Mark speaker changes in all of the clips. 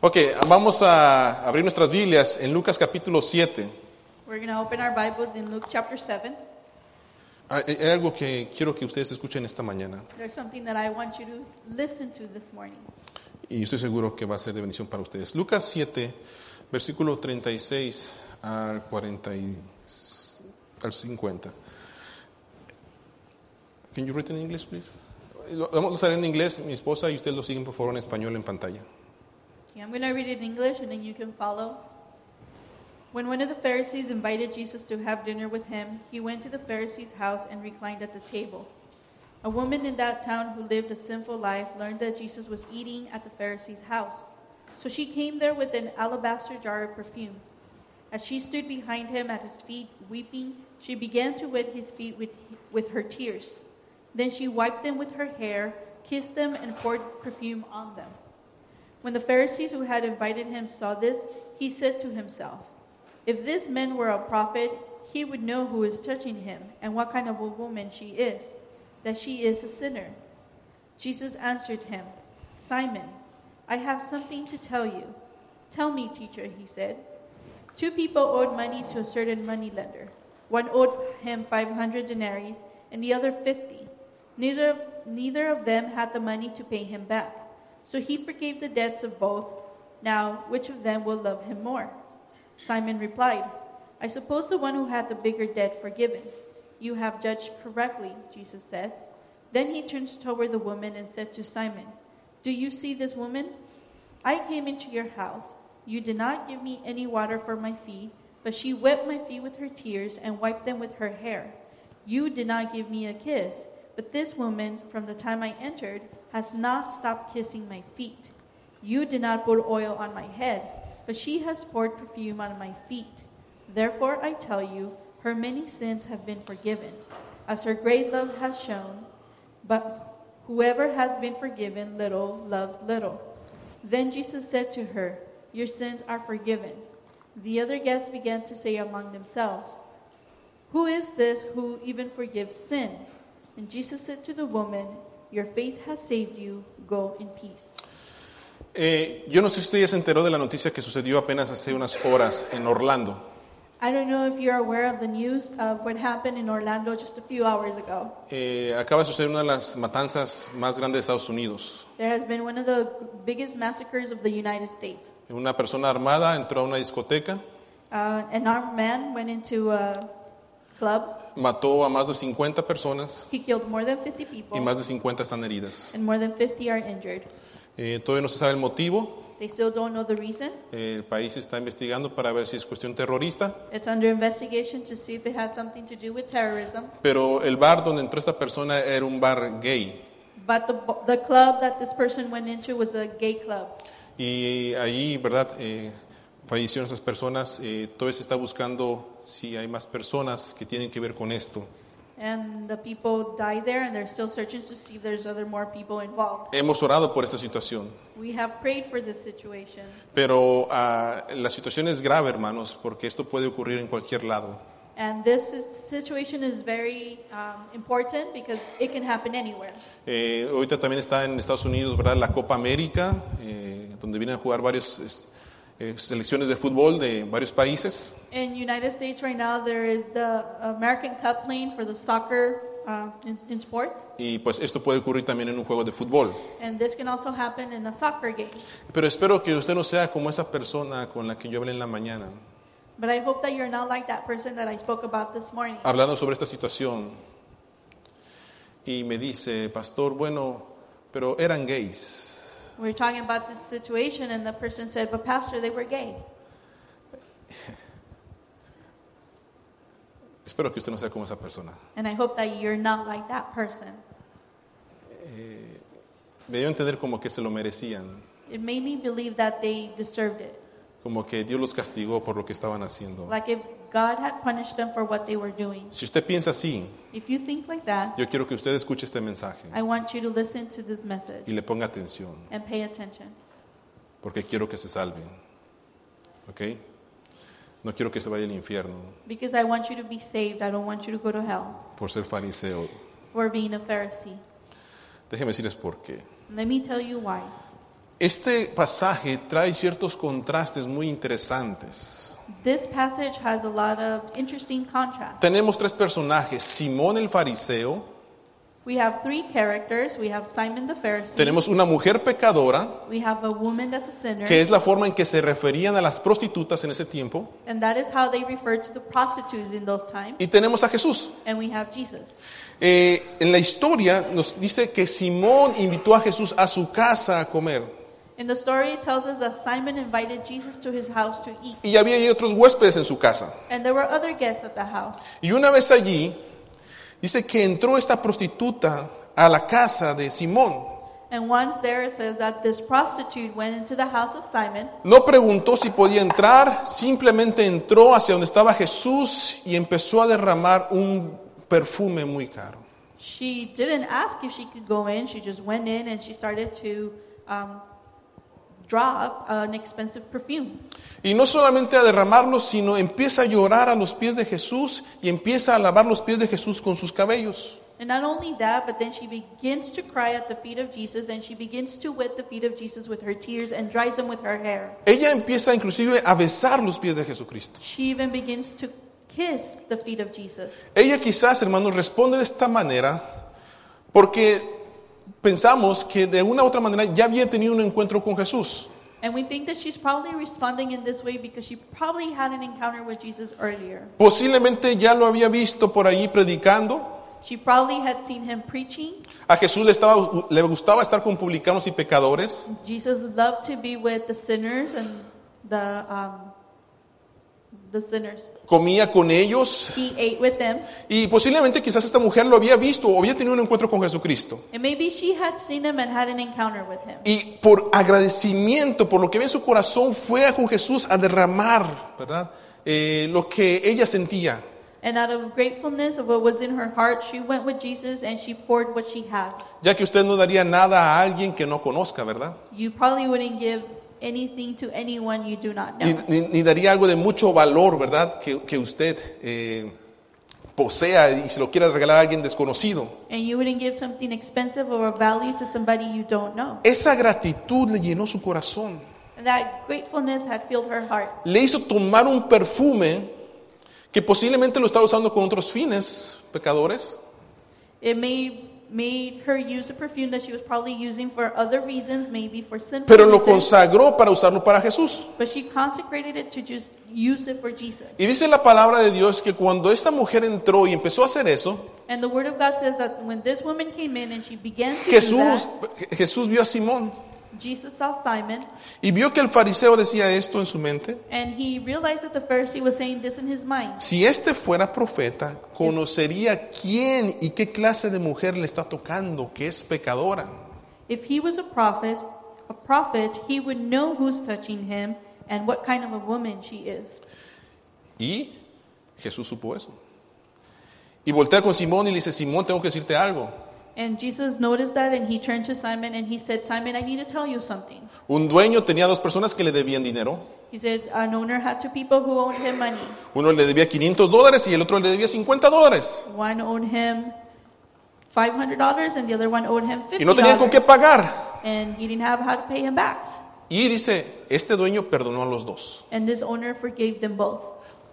Speaker 1: Ok, vamos a abrir nuestras Biblias en Lucas capítulo 7.
Speaker 2: We're going to open our Bibles in Luke chapter 7.
Speaker 1: Ah, Hay hay algo que quiero que ustedes escuchen esta mañana
Speaker 2: There's something that I want you to listen to this morning.
Speaker 1: y estoy seguro que va a ser de bendición para ustedes. Lucas 7, versículo 36 al, 40 y- al 50. Can you read in English, please? Lo- Vamos a usar en inglés, mi esposa y ustedes lo siguen por favor en español en pantalla.
Speaker 2: Okay, I'm going to read it in English and then you can follow. When one of the Pharisees invited Jesus to have dinner with him, he went to the Pharisee's house and reclined at the table. A woman in that town who lived a sinful life learned that Jesus was eating at the Pharisee's house. So she came there with an alabaster jar of perfume. As she stood behind him at his feet, weeping, she began to wet his feet with, with her tears. Then she wiped them with her hair, kissed them, and poured perfume on them. When the Pharisees who had invited him saw this, he said to himself, If this man were a prophet, he would know who is touching him and what kind of a woman she is, that she is a sinner. Jesus answered him, Simon, I have something to tell you. Tell me, teacher, he said. Two people owed money to a certain moneylender. One owed him 500 denarii and the other 50. Neither, neither of them had the money to pay him back. So he forgave the debts of both. Now, which of them will love him more? Simon replied, I suppose the one who had the bigger debt forgiven. You have judged correctly, Jesus said. Then he turned toward the woman and said to Simon, Do you see this woman? I came into your house. You did not give me any water for my feet, but she wet my feet with her tears and wiped them with her hair. You did not give me a kiss, but this woman, from the time I entered, has not stopped kissing my feet. You did not put oil on my head, but she has poured perfume on my feet. Therefore, I tell you, her many sins have been forgiven, as her great love has shown. But whoever has been forgiven little loves little. Then Jesus said to her, Your sins are forgiven. The other guests began to say among themselves, Who is this who even forgives sin? And Jesus said to the woman, Your faith has saved you. Go in peace.
Speaker 1: Eh, yo no sé si usted ya se enteró de la noticia que sucedió apenas hace unas horas en Orlando.
Speaker 2: I don't know if you're aware of the news of what happened in Orlando just a few hours ago.
Speaker 1: Eh, acaba de suceder una de las matanzas más grandes de Estados Unidos.
Speaker 2: There has been one of the biggest massacres of the United States.
Speaker 1: Una persona armada entró a una discoteca,
Speaker 2: Uh, an armed man went into a club.
Speaker 1: mató a más de 50 personas
Speaker 2: He killed more than 50
Speaker 1: y
Speaker 2: people,
Speaker 1: más de 50 están heridas.
Speaker 2: and more than 50 are injured.
Speaker 1: Eh, todavía no se sabe el motivo.
Speaker 2: They still don't know the reason.
Speaker 1: Eh, el país está investigando para ver si es cuestión terrorista.
Speaker 2: It's under investigation to see if it has something to do with terrorism.
Speaker 1: Pero el bar donde entró esta persona era un bar gay.
Speaker 2: But the, the club that this person went into was a gay club.
Speaker 1: Y ahí, ¿verdad? Eh, fallecieron esas personas. Eh, todavía se está buscando si hay más personas que tienen que ver con esto.
Speaker 2: And the people died there, and they're still searching to see if there's other more people involved.
Speaker 1: Hemos orado por esta situación.
Speaker 2: We have prayed for this situation.
Speaker 1: Pero ah, la situación es grave, hermanos, porque esto puede ocurrir en cualquier lado.
Speaker 2: And this is, situation is very um, important because it can happen anywhere.
Speaker 1: Eh, ahorita también está en Estados Unidos, ¿verdad? La Copa América, eh, donde vienen a jugar varias es- eh, selecciones de fútbol de varios países.
Speaker 2: In United States right now, there is the American Cup playing for the soccer uh, in, in sports,
Speaker 1: Y pues esto puede ocurrir también en un juego de fútbol.
Speaker 2: and this can also happen in a soccer game.
Speaker 1: Pero espero que usted no sea como esa persona con la que yo hablé en la mañana,
Speaker 2: But I hope that you're not like that person that I spoke about this morning.
Speaker 1: hablando sobre esta situación. Y me dice, pastor, bueno, pero eran gays.
Speaker 2: We were talking about this situation, and the person said, "But pastor, they were gay."
Speaker 1: Espero que usted no sea como esa persona.
Speaker 2: And I hope that you're not like that person.
Speaker 1: Me dio a entender como que se lo merecían.
Speaker 2: It made me believe that they deserved it,
Speaker 1: como que Dios los castigó por lo que estaban haciendo.
Speaker 2: like if God had punished them for what they were doing.
Speaker 1: Si usted piensa así,
Speaker 2: If you think like that,
Speaker 1: yo quiero que usted escuche este mensaje
Speaker 2: I want you to listen to this message
Speaker 1: y le ponga atención,
Speaker 2: and pay attention.
Speaker 1: porque quiero que se salve. ¿Ok? No quiero que se vaya al infierno
Speaker 2: Because I want you to be saved. I don't want you to go to hell
Speaker 1: por ser fariseo.
Speaker 2: for being a Pharisee.
Speaker 1: Déjeme decirles por qué.
Speaker 2: Let me tell you why.
Speaker 1: Este pasaje trae ciertos contrastes muy interesantes.
Speaker 2: This passage has a lot of interesting contrasts.
Speaker 1: Tenemos tres personajes, Simón el fariseo,
Speaker 2: We have three characters. We have Simon the Pharisee.
Speaker 1: tenemos una mujer pecadora,
Speaker 2: we have a woman that's a sinner.
Speaker 1: que es la forma en que se referían a las prostitutas en ese tiempo,
Speaker 2: And that is how they referred to the prostitutes in those times.
Speaker 1: y tenemos a Jesús.
Speaker 2: And we have Jesus.
Speaker 1: Eh, en la historia nos dice que Simón invitó a Jesús a su casa a comer,
Speaker 2: In the story, it tells us that Simon invited Jesus to his house to eat.
Speaker 1: y había otros huéspedes en su casa.
Speaker 2: And there were other guests at the house.
Speaker 1: Y una vez allí, dice que entró esta prostituta a la casa de Simón.
Speaker 2: And once there, it says that this prostitute went into the house of Simon.
Speaker 1: No preguntó si podía entrar, simplemente entró hacia donde estaba Jesús y empezó a derramar un perfume muy caro.
Speaker 2: She didn't ask if she could go in. She just went in and she started to um, drop an expensive perfume.
Speaker 1: Y no solamente a derramarlo, sino empieza a llorar a los pies de Jesús y empieza a lavar los pies de Jesús con sus cabellos.
Speaker 2: And not only that, but then she begins to cry at the feet of Jesus and she begins to wet the feet of Jesus with her tears and dries them with her hair.
Speaker 1: Ella empieza inclusive a besar los pies de Jesucristo.
Speaker 2: She even begins to kiss the feet of Jesus.
Speaker 1: Ella quizás, hermanos, responde de esta manera porque pensamos que de una u otra manera ya había tenido un encuentro con Jesús.
Speaker 2: And we think that she's probably responding in this way because she probably had an encounter with Jesus earlier.
Speaker 1: Posiblemente ya lo había visto por ahí predicando.
Speaker 2: She probably had seen him preaching.
Speaker 1: A Jesús le, estaba- le gustaba estar con publicanos y pecadores.
Speaker 2: Jesus loved to be with the sinners and the um, the sinners.
Speaker 1: Comía con ellos
Speaker 2: He ate with them,
Speaker 1: y posiblemente quizás esta mujer lo había visto o había tenido un encuentro con Jesucristo.
Speaker 2: and maybe she had seen him and had an encounter with him.
Speaker 1: Y por agradecimiento, por lo que ve en su corazón, fue a- con Jesús a derramar, ¿verdad? Eh, lo que ella sentía.
Speaker 2: And out of gratefulness of what was in her heart, she went with Jesus and she poured what she had.
Speaker 1: Ya que usted no daría nada a alguien que no conozca, ¿verdad?
Speaker 2: You probably wouldn't give anything to anyone you do not know.
Speaker 1: Ni, ni- ni daría algo de mucho valor, ¿verdad? Que, que usted eh, posea y se lo quiera regalar a alguien desconocido.
Speaker 2: And you wouldn't give something expensive or of value to somebody you don't know.
Speaker 1: Esa gratitud le llenó su corazón.
Speaker 2: And that gratefulness had filled her heart.
Speaker 1: le hizo tomar un perfume que posiblemente lo estaba usando con otros fines pecadores,
Speaker 2: It made made her use a perfume that she was probably using for other reasons, maybe for sinful
Speaker 1: pero lo
Speaker 2: reasons,
Speaker 1: consagró para usarlo para Jesús.
Speaker 2: but she consecrated it to just use it for Jesus.
Speaker 1: Y dice la palabra de Dios que cuando esta mujer entró y empezó a hacer eso,
Speaker 2: And the Word of God says that when this woman came in and she began to do
Speaker 1: Jesús,
Speaker 2: that,
Speaker 1: Jesús vio a Simón
Speaker 2: Jesus saw Simon,
Speaker 1: y vio que el fariseo decía esto en su mente.
Speaker 2: and he realized that the Pharisee was saying this in his mind.
Speaker 1: Si este fuera profeta, conocería quién y qué clase de mujer le está tocando, que es pecadora.
Speaker 2: If he was a prophet, a prophet, he would know who's touching him and what kind of a woman she is.
Speaker 1: Y Jesús supo eso. Y voltea con Simón y le dice, Simón, tengo que decirte algo.
Speaker 2: And Jesus noticed that and he turned to Simon and he said, Simon, I need to tell you something.
Speaker 1: Un dueño tenía dos personas que le debían dinero.
Speaker 2: He said, An owner had two people who owed him money.
Speaker 1: Uno le debía 500 dólares y el otro le debía 50 dólares.
Speaker 2: One owed him $500 and the other one owed him $50.
Speaker 1: Y no tenían con qué pagar.
Speaker 2: and he didn't have how to pay him back.
Speaker 1: Y dice, este dueño perdonó a los dos.
Speaker 2: And this owner forgave them both.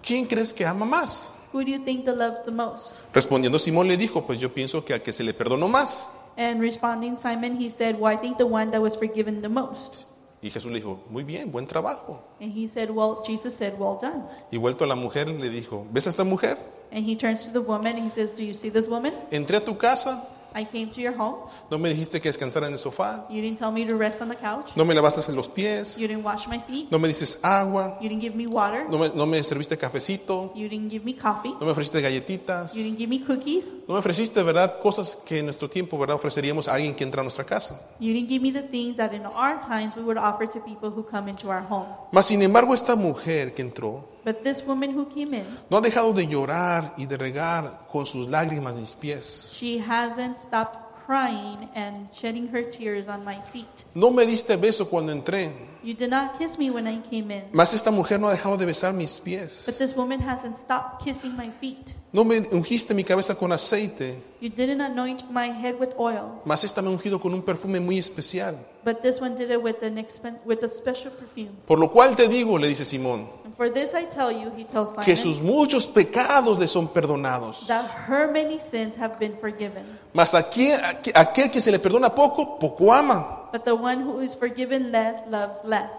Speaker 1: ¿Quién crees que ama más?
Speaker 2: Who do you think that loves the most?
Speaker 1: Respondiendo Simón le dijo, pues yo pienso que al que se le perdonó más.
Speaker 2: And responding Simon, he said, Well, I think the one that was forgiven the most.
Speaker 1: Y Jesús le dijo, muy bien, buen trabajo.
Speaker 2: And he said, Well, Jesus said, Well done.
Speaker 1: Y vuelto a la mujer le dijo, ¿ves a esta mujer?
Speaker 2: And he turns to the woman and he says, Do you see this woman?
Speaker 1: Entré a tu casa,
Speaker 2: I came to your home.
Speaker 1: no me dijiste que descansara en el sofá,
Speaker 2: You didn't tell me to rest on the couch.
Speaker 1: no me lavaste los pies,
Speaker 2: You didn't wash my feet.
Speaker 1: no me dices agua,
Speaker 2: You didn't give me water.
Speaker 1: no me, no me serviste cafecito,
Speaker 2: You didn't give me coffee.
Speaker 1: no me ofreciste galletitas.
Speaker 2: You didn't give me cookies.
Speaker 1: No me ofreciste, ¿verdad? Cosas que en nuestro tiempo, ¿verdad? Ofreceríamos a alguien que entra a nuestra casa.
Speaker 2: You didn't give me the things that in our times we would offer to people who come into our home.
Speaker 1: Mas, sin embargo, esta mujer que entró
Speaker 2: But this woman who came in,
Speaker 1: no ha dejado de llorar y de regar con sus lágrimas mis pies.
Speaker 2: she hasn't stopped crying and shedding her tears on my feet.
Speaker 1: No me diste beso cuando entré.
Speaker 2: You did not kiss me when I came in,
Speaker 1: Mas esta mujer no ha dejado de besar mis
Speaker 2: but
Speaker 1: pies.
Speaker 2: this woman hasn't stopped kissing my feet.
Speaker 1: No me ungiste mi cabeza con aceite.
Speaker 2: You didn't anoint my head with oil,
Speaker 1: Mas esta me ha ungido con un perfume muy especial.
Speaker 2: but this one did it with an expen- with a special perfume.
Speaker 1: Por lo cual te digo, le dice Simón,
Speaker 2: And for this I tell you, he tells Simon,
Speaker 1: que sus muchos pecados le son perdonados.
Speaker 2: that her many sins have been forgiven.
Speaker 1: Mas aquí, aquí- aquel que se le perdona poco, poco ama.
Speaker 2: But the one who is forgiven less loves less.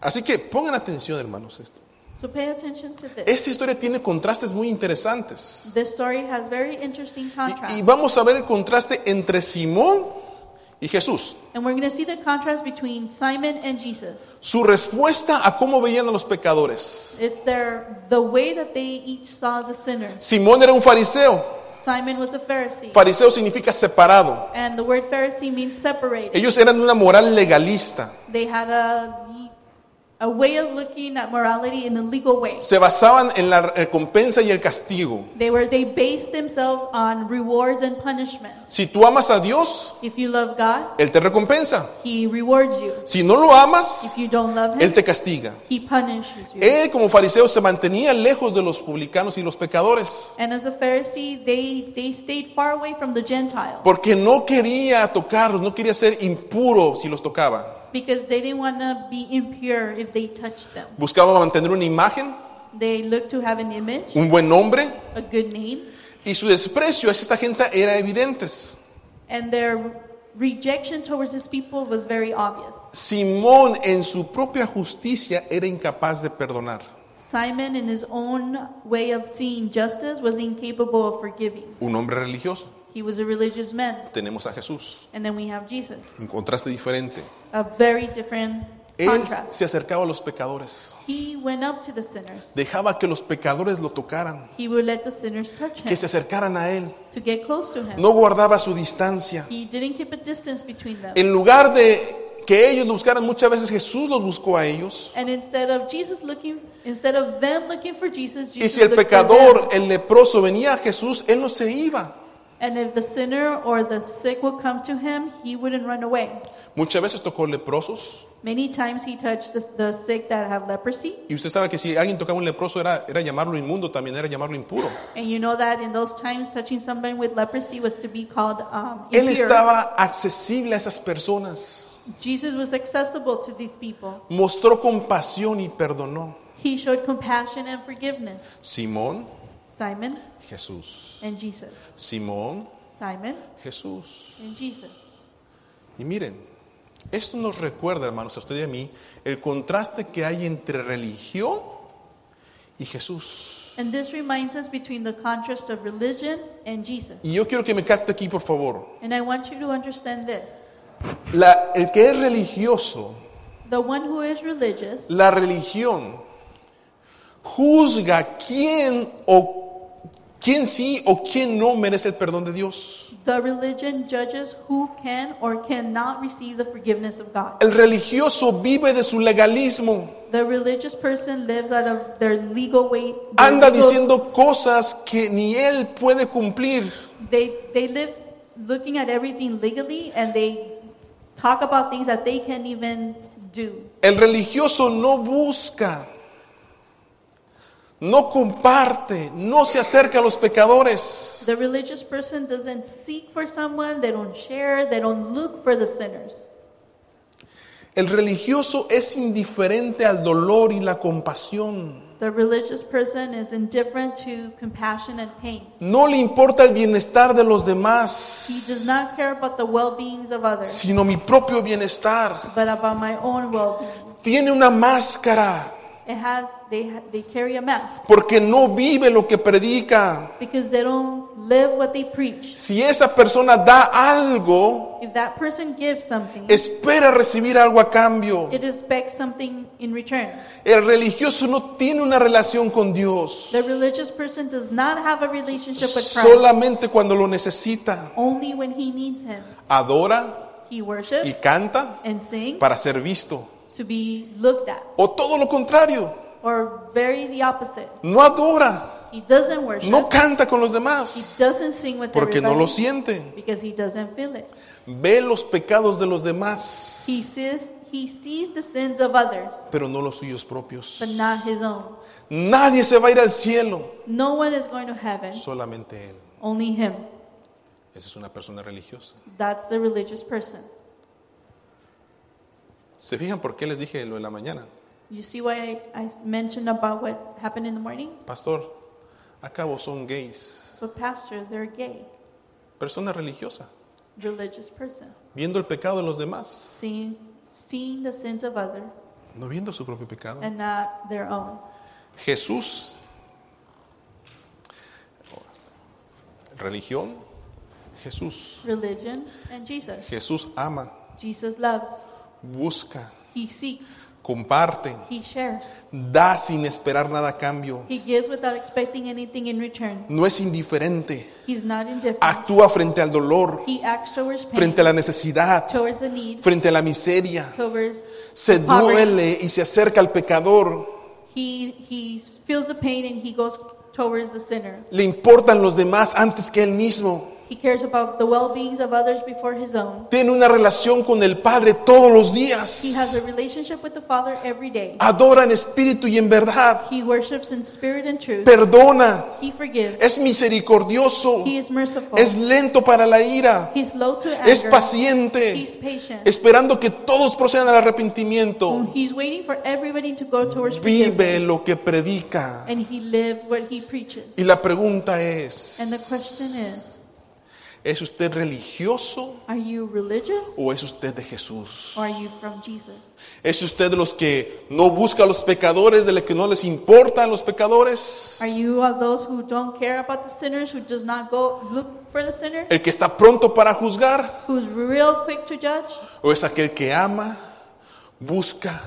Speaker 1: Así que pongan atención, hermanos. Esto.
Speaker 2: So pay attention to this.
Speaker 1: Esta historia tiene contrastes muy interesantes.
Speaker 2: This story has very interesting
Speaker 1: Y, y
Speaker 2: contrast.
Speaker 1: vamos a ver el contraste entre Simón y Jesús.
Speaker 2: And we're going to see the contrast between Simon and Jesus.
Speaker 1: Su respuesta a cómo veían a los pecadores.
Speaker 2: It's their the way that they each saw the sinner.
Speaker 1: Simón era un fariseo.
Speaker 2: Simon was a Pharisee.
Speaker 1: Fariseo significa separado.
Speaker 2: And the word Pharisee means separated.
Speaker 1: Ellos eran de una moral legalista.
Speaker 2: They had a a way of looking at morality in a legal way.
Speaker 1: Se basaban en la recompensa y el castigo.
Speaker 2: They were they based themselves on rewards and punishment.
Speaker 1: Si tú amas a Dios,
Speaker 2: If you love God,
Speaker 1: Él te recompensa.
Speaker 2: He rewards you.
Speaker 1: Si no lo amas,
Speaker 2: If you don't love
Speaker 1: Él
Speaker 2: him,
Speaker 1: te castiga.
Speaker 2: he punishes you.
Speaker 1: Él como fariseo se mantenía lejos de los publicanos y los pecadores
Speaker 2: And as a Pharisee, they, they stayed far away from the Gentiles
Speaker 1: porque no quería tocarlos, no quería ser impuro si los tocaba.
Speaker 2: because they didn't want to be impure if they touched them.
Speaker 1: Buscaba mantener una imagen,
Speaker 2: They looked to have an image,
Speaker 1: un buen nombre
Speaker 2: a good name,
Speaker 1: y su desprecio hacia esta gente era evidente.
Speaker 2: and their rejection towards these people was very obvious.
Speaker 1: Simón en su propia justicia era incapaz de perdonar.
Speaker 2: Simon, in his own way of seeing justice, was incapable of forgiving.
Speaker 1: Un hombre religioso.
Speaker 2: He was a religious man.
Speaker 1: Tenemos a Jesús.
Speaker 2: And then we have Jesus,
Speaker 1: Un contraste diferente.
Speaker 2: a very different
Speaker 1: Él
Speaker 2: contrast.
Speaker 1: se acercaba a los pecadores.
Speaker 2: He went up to the sinners.
Speaker 1: Dejaba que los pecadores lo tocaran,
Speaker 2: He would let the sinners touch him.
Speaker 1: que se acercaran a él.
Speaker 2: to get close to him.
Speaker 1: No guardaba su distancia.
Speaker 2: He didn't keep a distance between them.
Speaker 1: En lugar de que ellos lo buscaran, muchas veces Jesús los buscó a ellos.
Speaker 2: and instead of Jesus looking, instead of them looking for Jesus,
Speaker 1: Y
Speaker 2: Jesus
Speaker 1: si el
Speaker 2: looked for
Speaker 1: pecador,
Speaker 2: them.
Speaker 1: el leproso venía a Jesús, él no se iba.
Speaker 2: And if the sinner or the sick would come to him, he wouldn't run away.
Speaker 1: Muchas veces tocó leprosos.
Speaker 2: Many times he touched the, the sick that have leprosy,
Speaker 1: Y usted sabe que si alguien tocaba un leproso era, era llamarlo inmundo, también era llamarlo impuro.
Speaker 2: and you know that in those times, touching someone with leprosy was to be called um,
Speaker 1: Él
Speaker 2: impure.
Speaker 1: estaba accesible a esas personas.
Speaker 2: Jesus was accessible to these people.
Speaker 1: Mostró compasión y perdonó.
Speaker 2: He showed compassion and forgiveness.
Speaker 1: Simón,
Speaker 2: Simon
Speaker 1: Jesús.
Speaker 2: and Jesus.
Speaker 1: Simón,
Speaker 2: Simon
Speaker 1: Jesús.
Speaker 2: and Jesus.
Speaker 1: Y miren, esto nos recuerda, hermanos, a usted y a mí, el contraste que hay entre religión y Jesús.
Speaker 2: And this reminds us between the contrast of religion and Jesus.
Speaker 1: Y yo quiero que me capte aquí, por favor.
Speaker 2: And I want you to understand this.
Speaker 1: La- el que es religioso,
Speaker 2: The one who is religious,
Speaker 1: la religión, juzga quién o quién sí o quién no merece el perdón de Dios.
Speaker 2: the religion judges who can or cannot receive the forgiveness of God.
Speaker 1: El religioso vive de su legalismo,
Speaker 2: The religious person lives out of their legal way. their
Speaker 1: anda
Speaker 2: legal-
Speaker 1: diciendo cosas que ni él puede cumplir.
Speaker 2: they they live looking at everything legally and they talk about things that they can't even do.
Speaker 1: El religioso no busca, no comparte, no se acerca a los pecadores.
Speaker 2: The religious person doesn't seek for someone, they don't share, they don't look for the sinners.
Speaker 1: El religioso es indiferente al dolor y la compasión.
Speaker 2: The religious person is indifferent to compassion and pain.
Speaker 1: No le importa el bienestar de los
Speaker 2: He
Speaker 1: demás,
Speaker 2: does not care about the well beings of others,
Speaker 1: sino mi propio bienestar.
Speaker 2: but about my own well being.
Speaker 1: Tiene una máscara
Speaker 2: It has they ha- they carry a mask
Speaker 1: porque no vive lo que predica.
Speaker 2: because they don't live what they preach.
Speaker 1: Si esa persona da algo,
Speaker 2: If that person gives something,
Speaker 1: espera recibir algo a cambio.
Speaker 2: it expects something in return.
Speaker 1: El religioso no tiene una relación con Dios.
Speaker 2: The religious person does not have a relationship with Christ.
Speaker 1: solamente cuando lo necesita.
Speaker 2: Only when he needs him,
Speaker 1: Adora
Speaker 2: he
Speaker 1: y
Speaker 2: worships
Speaker 1: canta
Speaker 2: and sings
Speaker 1: para ser visto.
Speaker 2: to be looked at,
Speaker 1: O todo lo contrario,
Speaker 2: or very the opposite.
Speaker 1: no adora,
Speaker 2: He doesn't worship.
Speaker 1: No canta con los
Speaker 2: He
Speaker 1: demás
Speaker 2: doesn't sing with
Speaker 1: porque no
Speaker 2: everybody
Speaker 1: lo siente.
Speaker 2: because he doesn't feel it.
Speaker 1: Ve los pecados de los demás,
Speaker 2: He sees he sees the sins of others,
Speaker 1: pero no los suyos propios.
Speaker 2: but not his own.
Speaker 1: Nadie se va a ir al cielo,
Speaker 2: No one is going to heaven,
Speaker 1: solamente Él.
Speaker 2: only him.
Speaker 1: Esa es una persona religiosa.
Speaker 2: That's the religious person.
Speaker 1: ¿Se fijan por qué les dije lo de la mañana?
Speaker 2: You see why I, I mentioned about what happened in the morning?
Speaker 1: Pastor, acabo son gays.
Speaker 2: But pastor, they're gay,
Speaker 1: Persona religiosa,
Speaker 2: religious person,
Speaker 1: viendo el pecado de los demás,
Speaker 2: seeing seeing the sins of other
Speaker 1: no viendo su propio pecado.
Speaker 2: and not their own.
Speaker 1: Jesús, religión, Jesús.
Speaker 2: Religion and Jesus.
Speaker 1: Jesús ama,
Speaker 2: Jesus loves.
Speaker 1: busca,
Speaker 2: He seeks.
Speaker 1: comparte,
Speaker 2: He shares.
Speaker 1: da sin esperar nada a cambio.
Speaker 2: He gives without expecting anything in return.
Speaker 1: No es indiferente,
Speaker 2: He's not indifferent.
Speaker 1: actúa frente al dolor,
Speaker 2: He acts towards pain,
Speaker 1: Ah. frente a la necesidad,
Speaker 2: towards the need,
Speaker 1: frente a la miseria.
Speaker 2: towards
Speaker 1: Se
Speaker 2: poverty.
Speaker 1: duele y se acerca al pecador.
Speaker 2: He he feels the pain and he goes towards the sinner.
Speaker 1: Le importan los demás antes que él mismo.
Speaker 2: He cares about the well-beings of others before his own.
Speaker 1: Tiene una relación con el Padre todos los
Speaker 2: He has
Speaker 1: días.
Speaker 2: a relationship with the Father every day.
Speaker 1: Adora en espíritu y en verdad.
Speaker 2: He worships in spirit and truth.
Speaker 1: Perdona.
Speaker 2: He forgives.
Speaker 1: Es misericordioso.
Speaker 2: He is merciful.
Speaker 1: Es lento para la ira.
Speaker 2: He's slow to
Speaker 1: Es
Speaker 2: anger.
Speaker 1: paciente.
Speaker 2: He's patient.
Speaker 1: Esperando que todos procedan al arrepentimiento.
Speaker 2: He's waiting for everybody to go towards
Speaker 1: Vive
Speaker 2: forgiveness.
Speaker 1: lo que predica.
Speaker 2: And he lives what he preaches.
Speaker 1: Y la pregunta es,
Speaker 2: And the question is,
Speaker 1: ¿es usted religioso
Speaker 2: are you religious
Speaker 1: o es usted de Jesús?
Speaker 2: or are you from Jesus?
Speaker 1: ¿Es usted de los que no busca a los pecadores, de los que no les importan los pecadores?
Speaker 2: Are you of those who don't care about the sinners, who does not go look for the sinner,
Speaker 1: ¿El que está pronto para juzgar?
Speaker 2: who's real quick to judge?
Speaker 1: ¿O es aquel que ama, busca,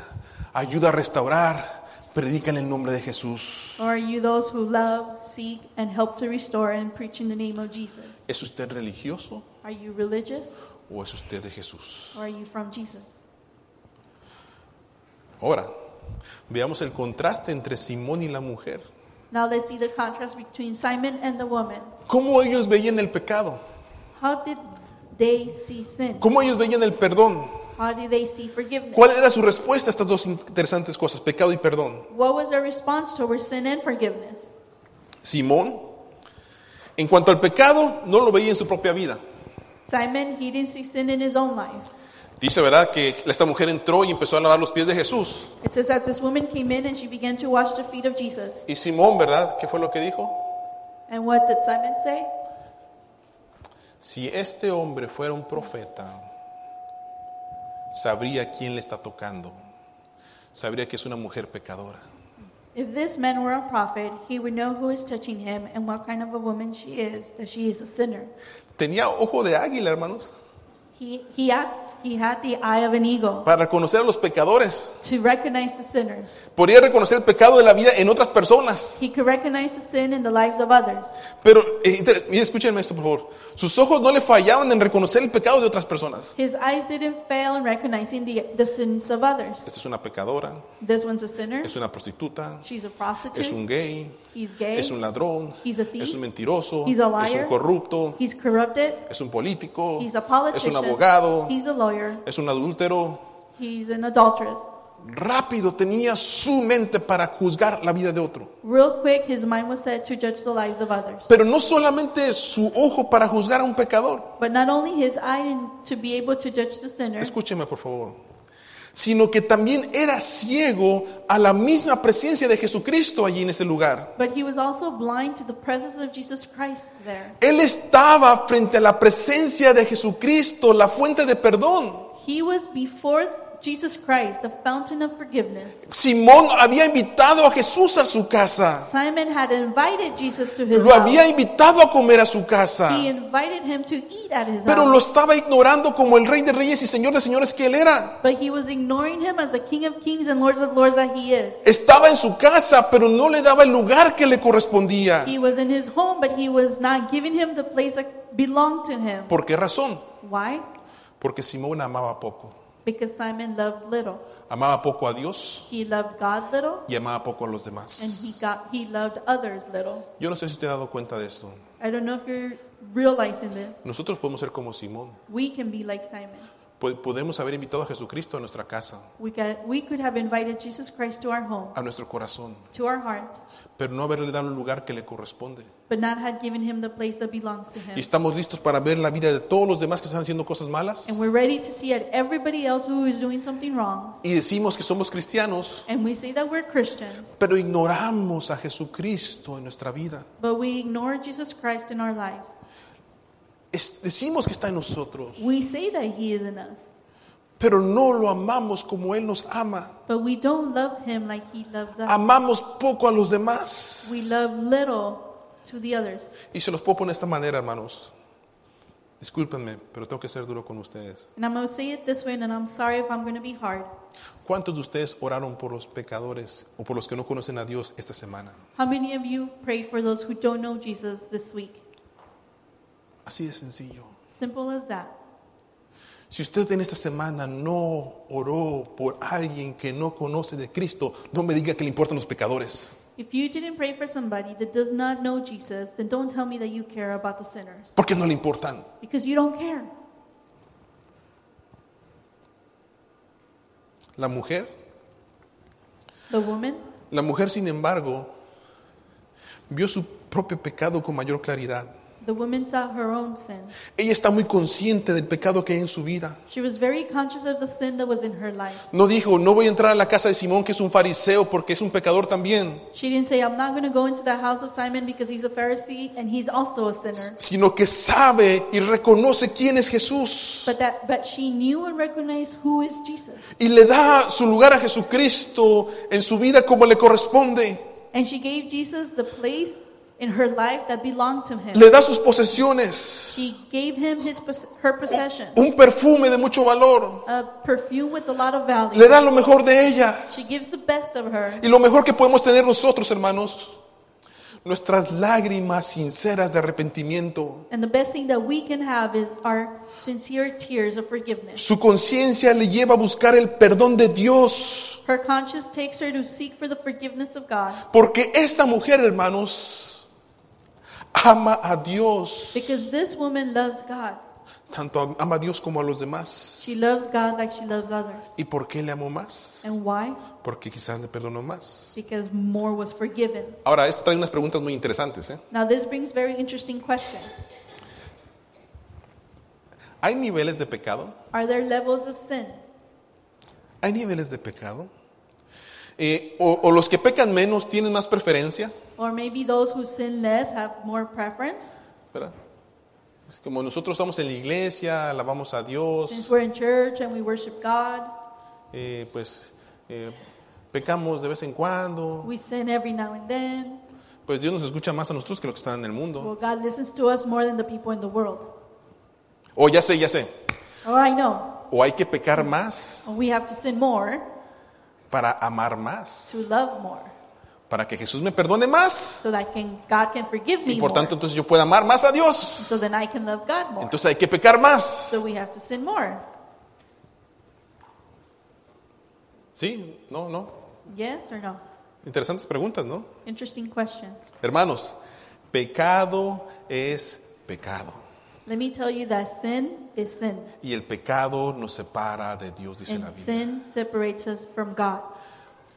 Speaker 1: ayuda a restaurar, predica en el nombre de Jesús?
Speaker 2: Or are you those who love, seek, and help to restore and preach in the name of Jesus?
Speaker 1: ¿Es usted religioso
Speaker 2: Are you religious
Speaker 1: o es usted de Jesús?
Speaker 2: or are you from Jesus?
Speaker 1: Ahora, veamos el contraste entre Simón y la mujer.
Speaker 2: Now let's see the contrast between Simon and the woman.
Speaker 1: ¿Cómo ellos veían el pecado?
Speaker 2: How did they see sin?
Speaker 1: ¿Cómo ellos veían el perdón?
Speaker 2: How did they see forgiveness?
Speaker 1: ¿Cuál era su respuesta a estas dos interesantes cosas, pecado y perdón?
Speaker 2: What was their response towards sin and forgiveness?
Speaker 1: Simón, en cuanto al pecado, no lo veía en su propia vida.
Speaker 2: Simon, he didn't see sin in his own life.
Speaker 1: Dice, ¿verdad?, que esta mujer entró y empezó a lavar los pies de Jesús.
Speaker 2: It says that this woman came in and she began to wash the feet of Jesus.
Speaker 1: Y Simón, ¿verdad?, ¿qué fue lo que dijo?
Speaker 2: And what did Simon say?
Speaker 1: Si este hombre fuera un profeta, sabría quién le está tocando. Sabría que es una mujer pecadora.
Speaker 2: If this man were a prophet, he would know who is touching him and what kind of a woman she is, that she is a sinner.
Speaker 1: Tenía ojo de águila, hermanos,
Speaker 2: He, he, had, he had the eye of an eagle
Speaker 1: para reconocer a los pecadores.
Speaker 2: to recognize the sinners.
Speaker 1: Podría reconocer el pecado de la vida en otras personas.
Speaker 2: He could recognize the sin in the lives of others.
Speaker 1: Pero, eh, inter- mire, escúchenme esto, por favor. Sus ojos no le fallaban en reconocer el pecado de otras personas.
Speaker 2: His eyes didn't fail in recognizing the, the sins of others.
Speaker 1: Esta es una pecadora,
Speaker 2: This one's a sinner.
Speaker 1: es una prostituta,
Speaker 2: She's a
Speaker 1: es
Speaker 2: prostitute.
Speaker 1: un gay,
Speaker 2: He's gay.
Speaker 1: es un ladrón,
Speaker 2: He's a thief.
Speaker 1: es un mentiroso,
Speaker 2: He's a
Speaker 1: es un
Speaker 2: liar.
Speaker 1: corrupto,
Speaker 2: He's corrupted.
Speaker 1: es un político,
Speaker 2: He's a
Speaker 1: es
Speaker 2: politician.
Speaker 1: un abogado,
Speaker 2: He's a lawyer.
Speaker 1: es un adúltero.
Speaker 2: He's an adulteress.
Speaker 1: Rápido tenía su mente para juzgar la vida de otro.
Speaker 2: Real quick, his mind was set to judge the lives of others.
Speaker 1: Pero no solamente su ojo para juzgar a un pecador,
Speaker 2: But not only his eye in- to be able to judge the sinner,
Speaker 1: escúcheme por favor, sino que también era ciego a la misma presencia de Jesucristo allí en ese lugar.
Speaker 2: but he was also blind to the presence of Jesus Christ there.
Speaker 1: Él estaba frente a la presencia de Jesucristo, la fuente de perdón.
Speaker 2: He was before Jesus Christ, the fountain of forgiveness.
Speaker 1: Simón había invitado a Jesús a su casa.
Speaker 2: Simon had invited Jesus to his
Speaker 1: Lo había
Speaker 2: house.
Speaker 1: invitado a comer a su
Speaker 2: He
Speaker 1: casa.
Speaker 2: invited him to eat at his
Speaker 1: Pero
Speaker 2: house.
Speaker 1: lo estaba ignorando como el rey de reyes y señor de señores que él era.
Speaker 2: But he was ignoring him as the King of Kings and Lords of Lords that he is.
Speaker 1: Estaba en su casa, pero no le daba el lugar que le correspondía.
Speaker 2: He was in his home, but he was not giving him the place that belonged to him.
Speaker 1: ¿Por qué razón?
Speaker 2: Why?
Speaker 1: Porque Simón amaba poco.
Speaker 2: because Simon loved little.
Speaker 1: Amaba poco a Dios
Speaker 2: He loved God little,
Speaker 1: y amaba poco a los
Speaker 2: and he
Speaker 1: demás.
Speaker 2: got he loved others little.
Speaker 1: Yo no sé si usted ha dado cuenta de esto.
Speaker 2: I don't know if you're realizing this.
Speaker 1: Nosotros podemos ser como Simón.
Speaker 2: We can be like Simon.
Speaker 1: Po- Podemos haber invitado a Jesucristo a nuestra casa,
Speaker 2: We got, we could have invited Jesus Christ to our home,
Speaker 1: a nuestro corazón,
Speaker 2: to our heart,
Speaker 1: pero no haberle dado el lugar que le corresponde.
Speaker 2: but not had given him the place that belongs to him.
Speaker 1: Y estamos listos para ver la vida de todos los demás que están haciendo cosas malas.
Speaker 2: And we're ready to see at everybody else who is doing something wrong,
Speaker 1: Y decimos que somos cristianos,
Speaker 2: and we say that we're Christian,
Speaker 1: pero ignoramos a Jesucristo en nuestra vida.
Speaker 2: but we ignore Jesus Christ in our lives.
Speaker 1: Es- decimos que está en nosotros,
Speaker 2: We say that he is in us,
Speaker 1: pero no lo amamos como Él nos ama.
Speaker 2: but we don't love him like he loves us.
Speaker 1: Amamos poco a los demás.
Speaker 2: We love little to the others.
Speaker 1: Y se los puedo poner de esta manera, hermanos. Discúlpenme, pero tengo que ser duro con ustedes.
Speaker 2: And I'm going to say it this way, and I'm sorry if I'm going to be hard.
Speaker 1: ¿Cuántos de ustedes oraron por los pecadores o por los que no conocen a Dios esta semana?
Speaker 2: How many of you prayed for those who don't know Jesus this week?
Speaker 1: Así de sencillo.
Speaker 2: Simple as that.
Speaker 1: Si usted en esta semana no oró por alguien que no conoce de Cristo, no me diga que le importan los pecadores.
Speaker 2: If you didn't pray for somebody that does not know Jesus, then don't tell me that you care about the sinners
Speaker 1: Porque no le importan.
Speaker 2: because you don't care.
Speaker 1: La mujer,
Speaker 2: The woman,
Speaker 1: la mujer sin embargo, vio su propio pecado con mayor claridad.
Speaker 2: the woman saw her own sin.
Speaker 1: Ella está muy consciente del pecado que hay en su vida.
Speaker 2: She was very conscious of the sin that was in her life.
Speaker 1: No dijo, no voy a entrar a la casa de Simón, que es un fariseo, porque es un pecador también,
Speaker 2: She didn't say, I'm not going to go into the house of Simon because he's a Pharisee and he's also a sinner.
Speaker 1: sino que sabe y reconoce quién es Jesús.
Speaker 2: But, that, but she knew and recognized who is Jesus.
Speaker 1: Y le da su lugar a Jesucristo en su vida como le corresponde.
Speaker 2: And she gave Jesus the place in her life that belonged to him.
Speaker 1: Le da sus posesiones,
Speaker 2: She gave him his, pos- her possession,
Speaker 1: un perfume de mucho valor.
Speaker 2: a perfume with a lot of value.
Speaker 1: Le da lo mejor de ella.
Speaker 2: She gives the best of her.
Speaker 1: Y lo mejor que podemos tener nosotros, hermanos, nuestras lágrimas sinceras de arrepentimiento.
Speaker 2: And the best thing that we can have is our sincere tears of forgiveness.
Speaker 1: Su conciencia le lleva a buscar el perdón de Dios.
Speaker 2: Her conscience takes her to seek for the forgiveness of God
Speaker 1: Porque esta mujer, hermanos, ama a Dios.
Speaker 2: because this woman loves God.
Speaker 1: Tanto am- ama a Dios como a los demás.
Speaker 2: She loves God like she loves others.
Speaker 1: ¿Y por qué le amó más?
Speaker 2: And why?
Speaker 1: Porque quizás le perdonó más.
Speaker 2: Because more was forgiven.
Speaker 1: Ahora, esto trae unas preguntas muy interesantes. ¿eh?
Speaker 2: Now, this brings very interesting questions.
Speaker 1: ¿Hay niveles de pecado?
Speaker 2: Are there levels of sin?
Speaker 1: ¿Hay niveles de pecado? Eh, o- ¿O los que pecan menos tienen más preferencia?
Speaker 2: Or maybe those who sin less have more preference?
Speaker 1: ¿verdad? Es Como nosotros estamos en la iglesia, alabamos a
Speaker 2: Since
Speaker 1: Dios,
Speaker 2: we're in church and we worship God,
Speaker 1: eh, pues eh, pecamos de vez en cuando,
Speaker 2: we sin every now and then.
Speaker 1: pues Dios nos escucha más a nosotros que los que están en el
Speaker 2: Well,
Speaker 1: mundo.
Speaker 2: God listens to us more than the people in the world.
Speaker 1: O ya sé, ya sé,
Speaker 2: Oh, I know.
Speaker 1: o hay que pecar más
Speaker 2: We have to sin more
Speaker 1: para amar
Speaker 2: to
Speaker 1: más,
Speaker 2: love more,
Speaker 1: para que Jesús me perdone más
Speaker 2: so that can God can forgive me
Speaker 1: y por tanto
Speaker 2: more,
Speaker 1: entonces yo pueda amar más a Dios.
Speaker 2: so then I can love God more.
Speaker 1: Entonces hay que pecar más,
Speaker 2: So we have to sin more.
Speaker 1: ¿sí? No, no.
Speaker 2: Yes or no?
Speaker 1: Interesantes preguntas, ¿no?
Speaker 2: Interesting questions.
Speaker 1: Hermanos, pecado es pecado
Speaker 2: Let me tell you that sin is sin,
Speaker 1: y el pecado nos separa de Dios, dice la
Speaker 2: and
Speaker 1: Biblia.
Speaker 2: sin separates us from God.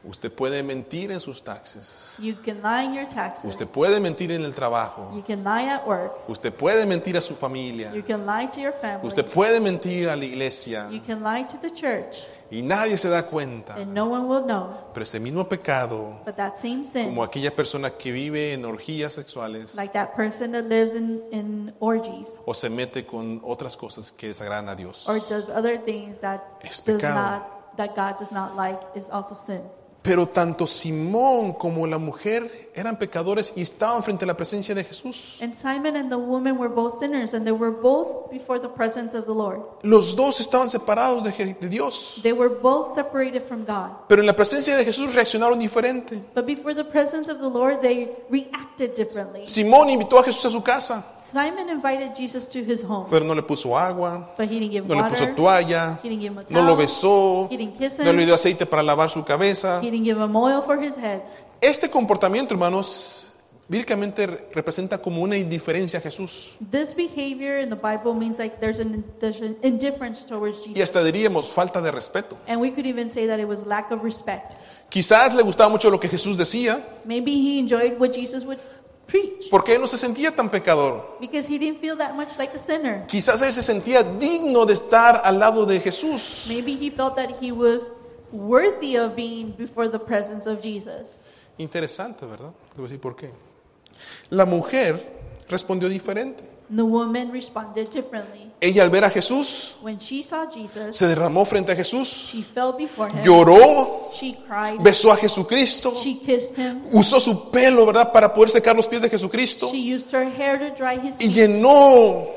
Speaker 1: Usted puede mentir en sus taxes.
Speaker 2: You can lie in your taxes.
Speaker 1: Usted puede mentir en el trabajo.
Speaker 2: You can lie at work.
Speaker 1: Usted puede mentir a su familia.
Speaker 2: You can lie to your family.
Speaker 1: Usted puede mentir a la iglesia.
Speaker 2: You can lie to the church,
Speaker 1: Y nadie se da cuenta.
Speaker 2: and no one will know.
Speaker 1: Pero ese mismo pecado,
Speaker 2: But that same sin,
Speaker 1: como aquella persona que vive en orgías sexuales
Speaker 2: like that person that lives in, in orgies
Speaker 1: o se mete con otras cosas que desagradan a Dios.
Speaker 2: or does other things that
Speaker 1: Es
Speaker 2: does
Speaker 1: pecado.
Speaker 2: not that God does not like, is also sin.
Speaker 1: Pero tanto Simón como la mujer eran pecadores y estaban frente a la presencia de Jesús.
Speaker 2: And Simon and the woman were both sinners, and they were both before the presence of the Lord.
Speaker 1: Los dos estaban separados de Je- de Dios.
Speaker 2: They were both separated from God.
Speaker 1: Pero en la presencia de Jesús reaccionaron diferente.
Speaker 2: But before the presence of the Lord, they reacted differently.
Speaker 1: Simón invitó a Jesús a su casa.
Speaker 2: Simon invited Jesus to his home,
Speaker 1: pero no le puso agua,
Speaker 2: but he didn't give
Speaker 1: no le puso
Speaker 2: water,
Speaker 1: toalla,
Speaker 2: he didn't give him a
Speaker 1: no lo
Speaker 2: towel,
Speaker 1: besó,
Speaker 2: he didn't kiss
Speaker 1: no le
Speaker 2: him,
Speaker 1: dio aceite para lavar su cabeza.
Speaker 2: he didn't give him oil for his head.
Speaker 1: Este comportamiento, hermanos, bíblicamente re- representa como una indiferencia a Jesús.
Speaker 2: This behavior in the Bible means like there's an, there's an indifference towards
Speaker 1: Y
Speaker 2: Jesus.
Speaker 1: hasta diríamos falta de respeto.
Speaker 2: And we could even say that it was lack of respect.
Speaker 1: Quizás le gustaba mucho lo que Jesús decía,
Speaker 2: Maybe he enjoyed what Jesus would preach
Speaker 1: porque él no se sentía tan pecador.
Speaker 2: because he didn't feel that much like a sinner.
Speaker 1: Quizás él se sentía digno de estar al lado de Jesús.
Speaker 2: Maybe he felt that he was worthy of being before the presence of Jesus.
Speaker 1: Interesante, ¿verdad? Te voy a decir por qué. La mujer respondió diferente.
Speaker 2: The woman responded differently.
Speaker 1: Ella al ver a Jesús,
Speaker 2: When she saw Jesus,
Speaker 1: se derramó frente a Jesús,
Speaker 2: she fell before him.
Speaker 1: lloró,
Speaker 2: She cried.
Speaker 1: besó a Jesucristo,
Speaker 2: She kissed him.
Speaker 1: usó su pelo, ¿verdad?, para poder secar los pies de Jesucristo
Speaker 2: She used her hair to dry his
Speaker 1: y
Speaker 2: feet.
Speaker 1: llenó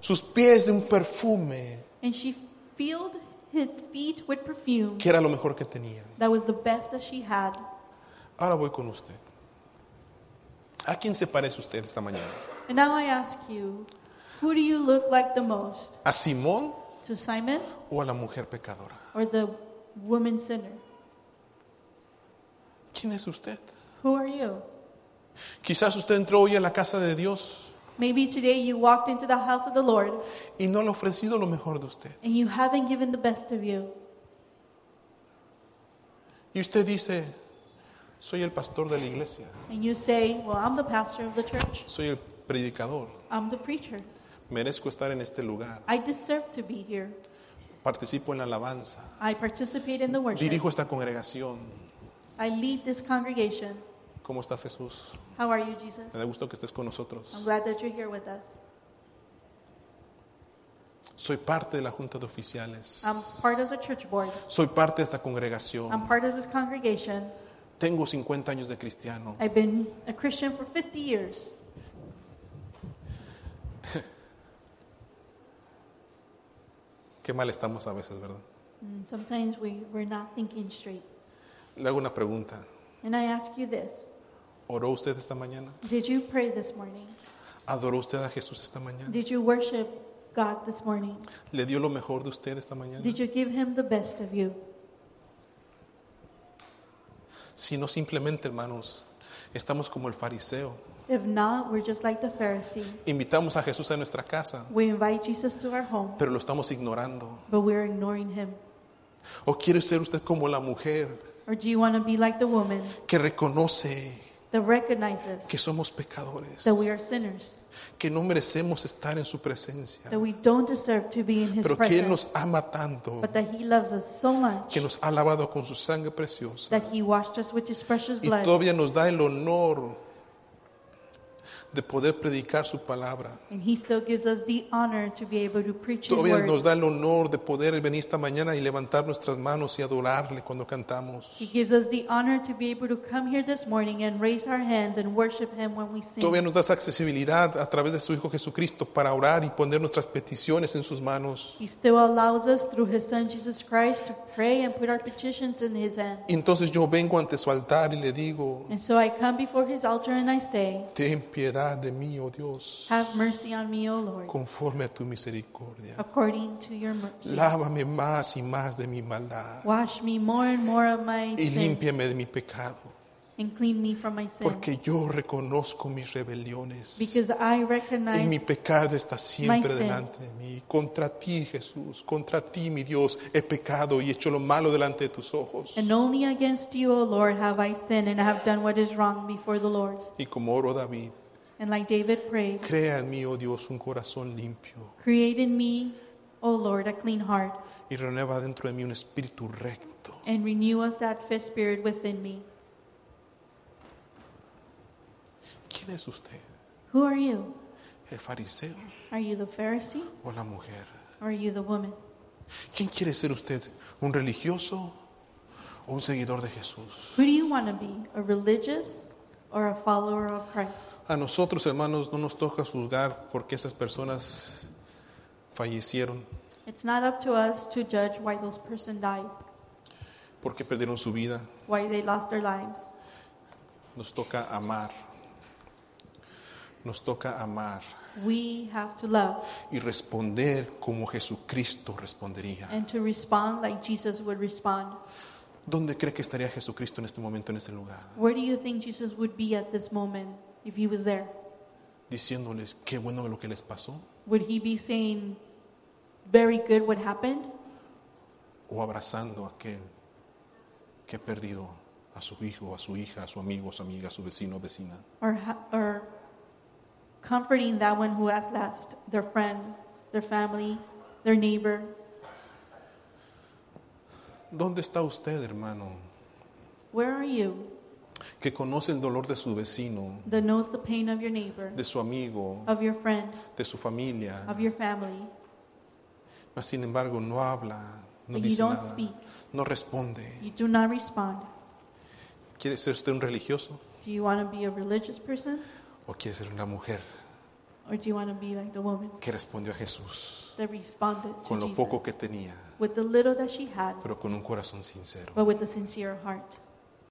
Speaker 1: sus pies de un perfume
Speaker 2: And she filled his feet with perfume.
Speaker 1: que era lo mejor que tenía.
Speaker 2: That was the best that she had.
Speaker 1: Ahora voy con usted. ¿A quién se parece usted esta mañana?
Speaker 2: And now I ask you, who do you look like the most?
Speaker 1: ¿A Simón
Speaker 2: To Simon
Speaker 1: o a la mujer pecadora?
Speaker 2: or the woman sinner?
Speaker 1: ¿Quién es usted?
Speaker 2: Who are you?
Speaker 1: Quizás usted entró hoy a la casa de Dios
Speaker 2: Maybe today you walked into the house of the Lord
Speaker 1: y no le ha ofrecido lo mejor de usted.
Speaker 2: and you haven't given the best of you.
Speaker 1: Y usted dice, soy el pastor de la iglesia,
Speaker 2: And you say, Well, I'm the pastor of the church,
Speaker 1: soy el predicador,
Speaker 2: I'm the preacher,
Speaker 1: merezco estar en este lugar,
Speaker 2: I deserve to be here,
Speaker 1: participo en la alabanza,
Speaker 2: I participate in the worship,
Speaker 1: dirijo esta congregación.
Speaker 2: I lead this congregation.
Speaker 1: ¿Cómo estás Jesús?
Speaker 2: How are you, Jesus?
Speaker 1: Me da gusto que estés con
Speaker 2: I'm
Speaker 1: nosotros.
Speaker 2: glad that you're here with us.
Speaker 1: Soy parte de la junta de oficiales.
Speaker 2: I'm part of the church board,
Speaker 1: Soy parte de esta
Speaker 2: I'm
Speaker 1: congregación.
Speaker 2: part of this congregation.
Speaker 1: Tengo 50 años de cristiano.
Speaker 2: I've been a Christian for 50 years.
Speaker 1: Qué mal estamos a veces, ¿verdad?
Speaker 2: And Mm, sometimes we, we're not thinking straight.
Speaker 1: Le hago una pregunta.
Speaker 2: And I ask you this
Speaker 1: ¿Oró usted esta mañana?
Speaker 2: Did you pray this morning?
Speaker 1: ¿Adoró usted a Jesús esta mañana?
Speaker 2: Did you worship God this morning?
Speaker 1: ¿Le dio lo mejor de usted esta mañana?
Speaker 2: Did you give Him the best of you?
Speaker 1: Si no, simplemente, hermanos, estamos como el fariseo.
Speaker 2: If not, we're just like the Pharisee.
Speaker 1: Invitamos a Jesús a nuestra casa,
Speaker 2: We invite Jesus to our home,
Speaker 1: pero lo estamos ignorando.
Speaker 2: but we're ignoring Him.
Speaker 1: ¿O quiere ser usted como la mujer
Speaker 2: Or do you want to be like the woman
Speaker 1: que reconoce
Speaker 2: that recognizes
Speaker 1: que somos pecadores,
Speaker 2: that we are sinners,
Speaker 1: que no merecemos estar en su presencia,
Speaker 2: that we don't deserve to be in His
Speaker 1: pero que Él
Speaker 2: presence,
Speaker 1: nos ama tanto,
Speaker 2: but that He loves us so much
Speaker 1: que nos ha lavado con su sangre preciosa
Speaker 2: that He washed us with His precious
Speaker 1: y
Speaker 2: blood?
Speaker 1: todavía nos da el honor de poder predicar su palabra?
Speaker 2: And he still gives us the honor to be able to preach his
Speaker 1: Todavía
Speaker 2: word.
Speaker 1: nos da el honor de poder venir esta mañana y levantar nuestras manos y adorarle cuando cantamos.
Speaker 2: He gives us the honor to be able to come here this morning and raise our hands and worship him when we sing.
Speaker 1: Todavía nos da esa accesibilidad a través de su Hijo Jesucristo para orar y poner nuestras peticiones en sus manos.
Speaker 2: He still allows us through his son Jesus Christ to pray and put our petitions in his hands.
Speaker 1: Y entonces yo vengo ante su altar y le digo,
Speaker 2: And so I come before his altar and I say,
Speaker 1: ten piedad de mí, oh Dios,
Speaker 2: Have mercy on me, O Lord,
Speaker 1: conforme a tu misericordia.
Speaker 2: according to your mercy.
Speaker 1: Lávame más y más de mi maldad
Speaker 2: Wash me more and more of my
Speaker 1: y
Speaker 2: sins
Speaker 1: límpiame de mi pecado,
Speaker 2: and clean me from my sin.
Speaker 1: porque yo reconozco mis rebeliones
Speaker 2: Because I
Speaker 1: y mi
Speaker 2: recognize
Speaker 1: pecado está siempre
Speaker 2: sin.
Speaker 1: delante de mí. Contra ti, Jesús, contra ti, mi Dios, he pecado y hecho lo malo delante de tus ojos.
Speaker 2: And only against you, O Lord, have I sinned and have done what is wrong before the Lord.
Speaker 1: Y como oro David,
Speaker 2: And like David prayed,
Speaker 1: Crea en mí, oh Dios, un corazón limpio
Speaker 2: create in me, O Lord, a clean heart,
Speaker 1: y renueva dentro de mí un espíritu recto.
Speaker 2: and renew us that fit spirit within me.
Speaker 1: ¿Quién es usted?
Speaker 2: Who are you?
Speaker 1: ¿El fariseo
Speaker 2: Are you the Pharisee
Speaker 1: o la mujer?
Speaker 2: or are you the woman?
Speaker 1: ¿Quién quiere ser usted? ¿Un religioso o un seguidor de Jesús?
Speaker 2: Who do you want to be? A religious or a follower of Christ?
Speaker 1: A nosotros, hermanos, no nos toca juzgar porque esas personas fallecieron,
Speaker 2: It's not up to us to judge why those person died,
Speaker 1: porque perdieron su vida.
Speaker 2: why they lost their lives.
Speaker 1: Nos toca amar. Nos toca amar.
Speaker 2: We have to love
Speaker 1: y responder como Jesucristo respondería.
Speaker 2: and to respond like Jesus would respond.
Speaker 1: ¿Dónde cree que estaría Jesucristo en este momento en ese lugar?
Speaker 2: Where do you think Jesus would be at this moment if he was there?
Speaker 1: Diciéndoles qué bueno lo que les pasó
Speaker 2: Would he be saying, very good what happened?
Speaker 1: o abrazando a aquel que ha perdido a su hijo, a su hija, a su amigo, a su amiga, a su vecino, vecina.
Speaker 2: Or, ha- or comforting that one who has lost their friend, their family, their neighbor?
Speaker 1: ¿Dónde está usted, hermano,
Speaker 2: Where are you
Speaker 1: que conoce el dolor de su vecino,
Speaker 2: that knows the pain of your neighbor,
Speaker 1: de su amigo,
Speaker 2: of your friend,
Speaker 1: de su familia,
Speaker 2: of your family?
Speaker 1: mas sin embargo no habla, no
Speaker 2: But you
Speaker 1: dice
Speaker 2: don't
Speaker 1: nada,
Speaker 2: speak.
Speaker 1: no responde?
Speaker 2: You do not respond.
Speaker 1: ¿Quiere ser usted un religioso
Speaker 2: Do you want to be a religious person
Speaker 1: o quiere ser una mujer
Speaker 2: or do you want to be like the woman
Speaker 1: que respondió a Jesús
Speaker 2: that responded to
Speaker 1: con lo
Speaker 2: Jesus
Speaker 1: poco que tenía,
Speaker 2: with the little that she had,
Speaker 1: pero con un corazón sincero?
Speaker 2: but with a sincere heart?